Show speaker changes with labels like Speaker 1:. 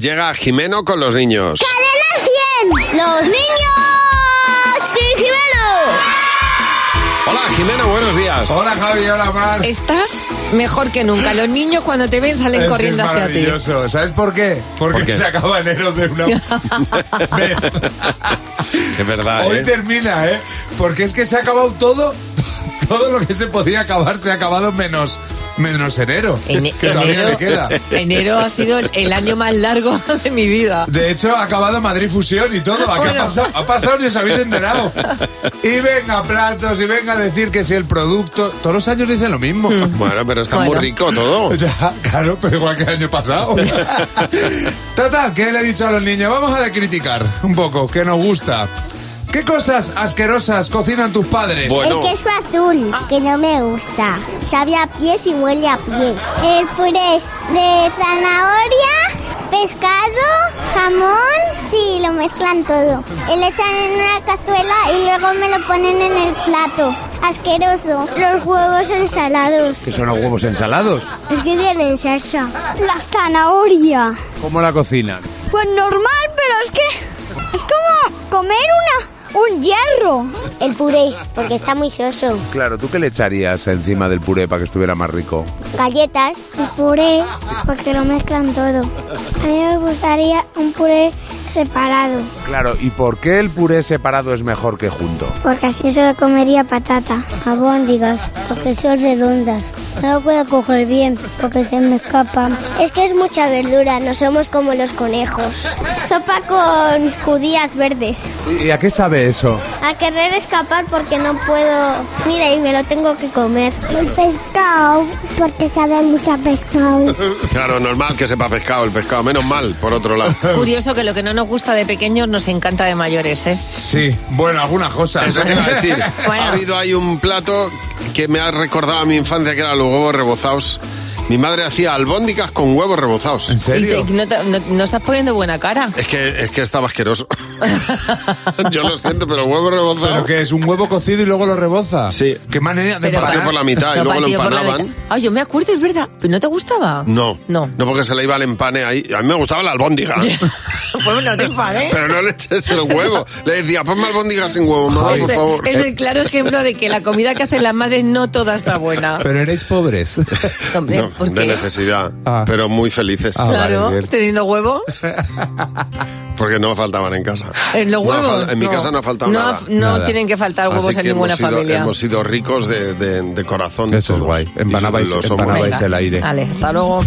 Speaker 1: Llega Jimeno con los niños.
Speaker 2: ¡Cadena 100! ¡Los niños! ¡Sí,
Speaker 1: Hola Jimeno, buenos días.
Speaker 3: Hola Javi, hola Mar.
Speaker 4: Estás mejor que nunca. Los niños cuando te ven salen
Speaker 3: Es que
Speaker 4: corriendo
Speaker 3: es
Speaker 4: hacia ti.
Speaker 3: maravilloso. ¿Sabes por qué? Porque
Speaker 1: ¿Por qué?
Speaker 3: se acaba enero de una vez.
Speaker 1: Es verdad,
Speaker 3: Hoy
Speaker 1: ¿eh?
Speaker 3: termina, ¿eh? Porque es que se ha acabado todo. Todo lo que se podía acabar se ha acabado menos, menos enero.
Speaker 4: Ene-
Speaker 3: que todavía
Speaker 4: enero-
Speaker 3: le queda.
Speaker 4: enero ha sido el- el año más largo de mi vida.
Speaker 3: De hecho, ha acabado Madrid Fusión y todo. ¿A qué
Speaker 4: Bueno.
Speaker 3: ha, pasado? ha pasado ni os habéis enterado. Y venga platos y venga a decir que si el producto... Todos los años dicen lo mismo.
Speaker 4: Mm.
Speaker 1: Bueno, pero está muy
Speaker 4: Bueno.
Speaker 1: rico todo.
Speaker 3: Ya, claro, pero igual que el año pasado. Total, que le he dicho a los niños, vamos a criticar un poco, que nos gusta. ¿Qué cosas asquerosas cocinan tus padres?
Speaker 1: Bueno.
Speaker 2: El queso azul, que no me gusta. Sabe a pies y huele a pies. El puré de zanahoria, pescado, jamón. Sí, lo mezclan todo. Y le echan en una cazuela y luego me lo ponen en el plato. Asqueroso. Los huevos ensalados.
Speaker 5: que son los huevos ensalados.
Speaker 2: Es que tienen salsa. La zanahoria.
Speaker 5: ¿Cómo la cocinan?
Speaker 2: Pues normal, pero es que es como comer una un hierro. El puré, porque está muy soso.
Speaker 5: Claro, ¿tú qué le echarías encima del puré para que estuviera más rico?
Speaker 2: Galletas. El puré, porque lo mezclan todo. A mí me gustaría un puré separado,
Speaker 5: Claro, ¿y por qué el puré separado es mejor que junto?
Speaker 2: porque así se lo comería patata. Albóndigas, porque son redondas. No lo puedo coger bien, porque se me escapan. Es que es mucha verdura, no somos como los conejos. Sopa con judías verdes.
Speaker 5: ¿Y a qué sabe eso?
Speaker 2: A querer escapar porque no puedo. Mira, y me lo tengo que comer. El pescado, porque sabe mucho a pescado.
Speaker 1: Claro, normal que sepa pescado el pescado. Menos mal, por otro lado.
Speaker 4: Curioso que lo que no nos gusta de pequeños nos encanta de mayores, ¿eh?
Speaker 3: Sí, bueno, algunas cosas.
Speaker 1: Eso te iba a decir.
Speaker 4: Bueno.
Speaker 1: Ha habido ahí un plato que me ha recordado a mi infancia, que era los huevos rebozados. Mi madre hacía albóndigas con huevos rebozados.
Speaker 3: ¿En
Speaker 4: Y te-
Speaker 3: serio?
Speaker 4: no, te- no- no estás poniendo buena cara.
Speaker 1: Es que, es que estaba asqueroso. Yo lo siento, pero huevos
Speaker 3: ¿Pero
Speaker 1: rebozados.
Speaker 3: que es un huevo cocido y luego lo reboza?
Speaker 1: Sí.
Speaker 3: ¿Qué manera de
Speaker 4: Pero
Speaker 3: parar?
Speaker 1: partió por la mitad y luego lo
Speaker 4: partido por la
Speaker 1: empanaban.
Speaker 4: mitad. Ah, yo me acuerdo, es verdad. ¿Pero no te gustaba?
Speaker 1: No,
Speaker 4: No.
Speaker 1: No, porque se le iba el empane ahí. A mí me gustaba la albóndiga.
Speaker 4: Pues no te enfades.
Speaker 1: Pero no le eches el huevo. Le decía, ponme albóndigas sin huevo, mamá, por
Speaker 4: Este
Speaker 1: favor. Eh,
Speaker 4: Es el claro ejemplo de que la comida que hacen las madres no toda está buena.
Speaker 3: Pero eres pobres.
Speaker 4: Hombre,
Speaker 1: No,
Speaker 4: ¿por
Speaker 1: de
Speaker 4: qué?
Speaker 1: necesidad,
Speaker 3: Ah.
Speaker 1: pero muy felices.
Speaker 3: Ah.
Speaker 4: Claro,
Speaker 3: Vale, bien.
Speaker 4: teniendo huevo.
Speaker 1: Porque no faltaban en casa.
Speaker 4: En los
Speaker 1: No ha
Speaker 4: huevos.
Speaker 1: fal- en mi casa no ha faltado nada.
Speaker 4: ha- No
Speaker 3: Nada.
Speaker 4: tienen que faltar huevos
Speaker 1: Así
Speaker 4: en
Speaker 1: que
Speaker 4: ninguna
Speaker 1: hemos sido,
Speaker 4: familia.
Speaker 1: hemos sido ricos de, de- de corazón.
Speaker 3: Eso es
Speaker 1: todos.
Speaker 3: guay.
Speaker 1: Y
Speaker 3: Empanabais-
Speaker 1: lo somos.
Speaker 3: empanabais-
Speaker 4: Venga,
Speaker 3: el aire.
Speaker 4: Vale, hasta luego.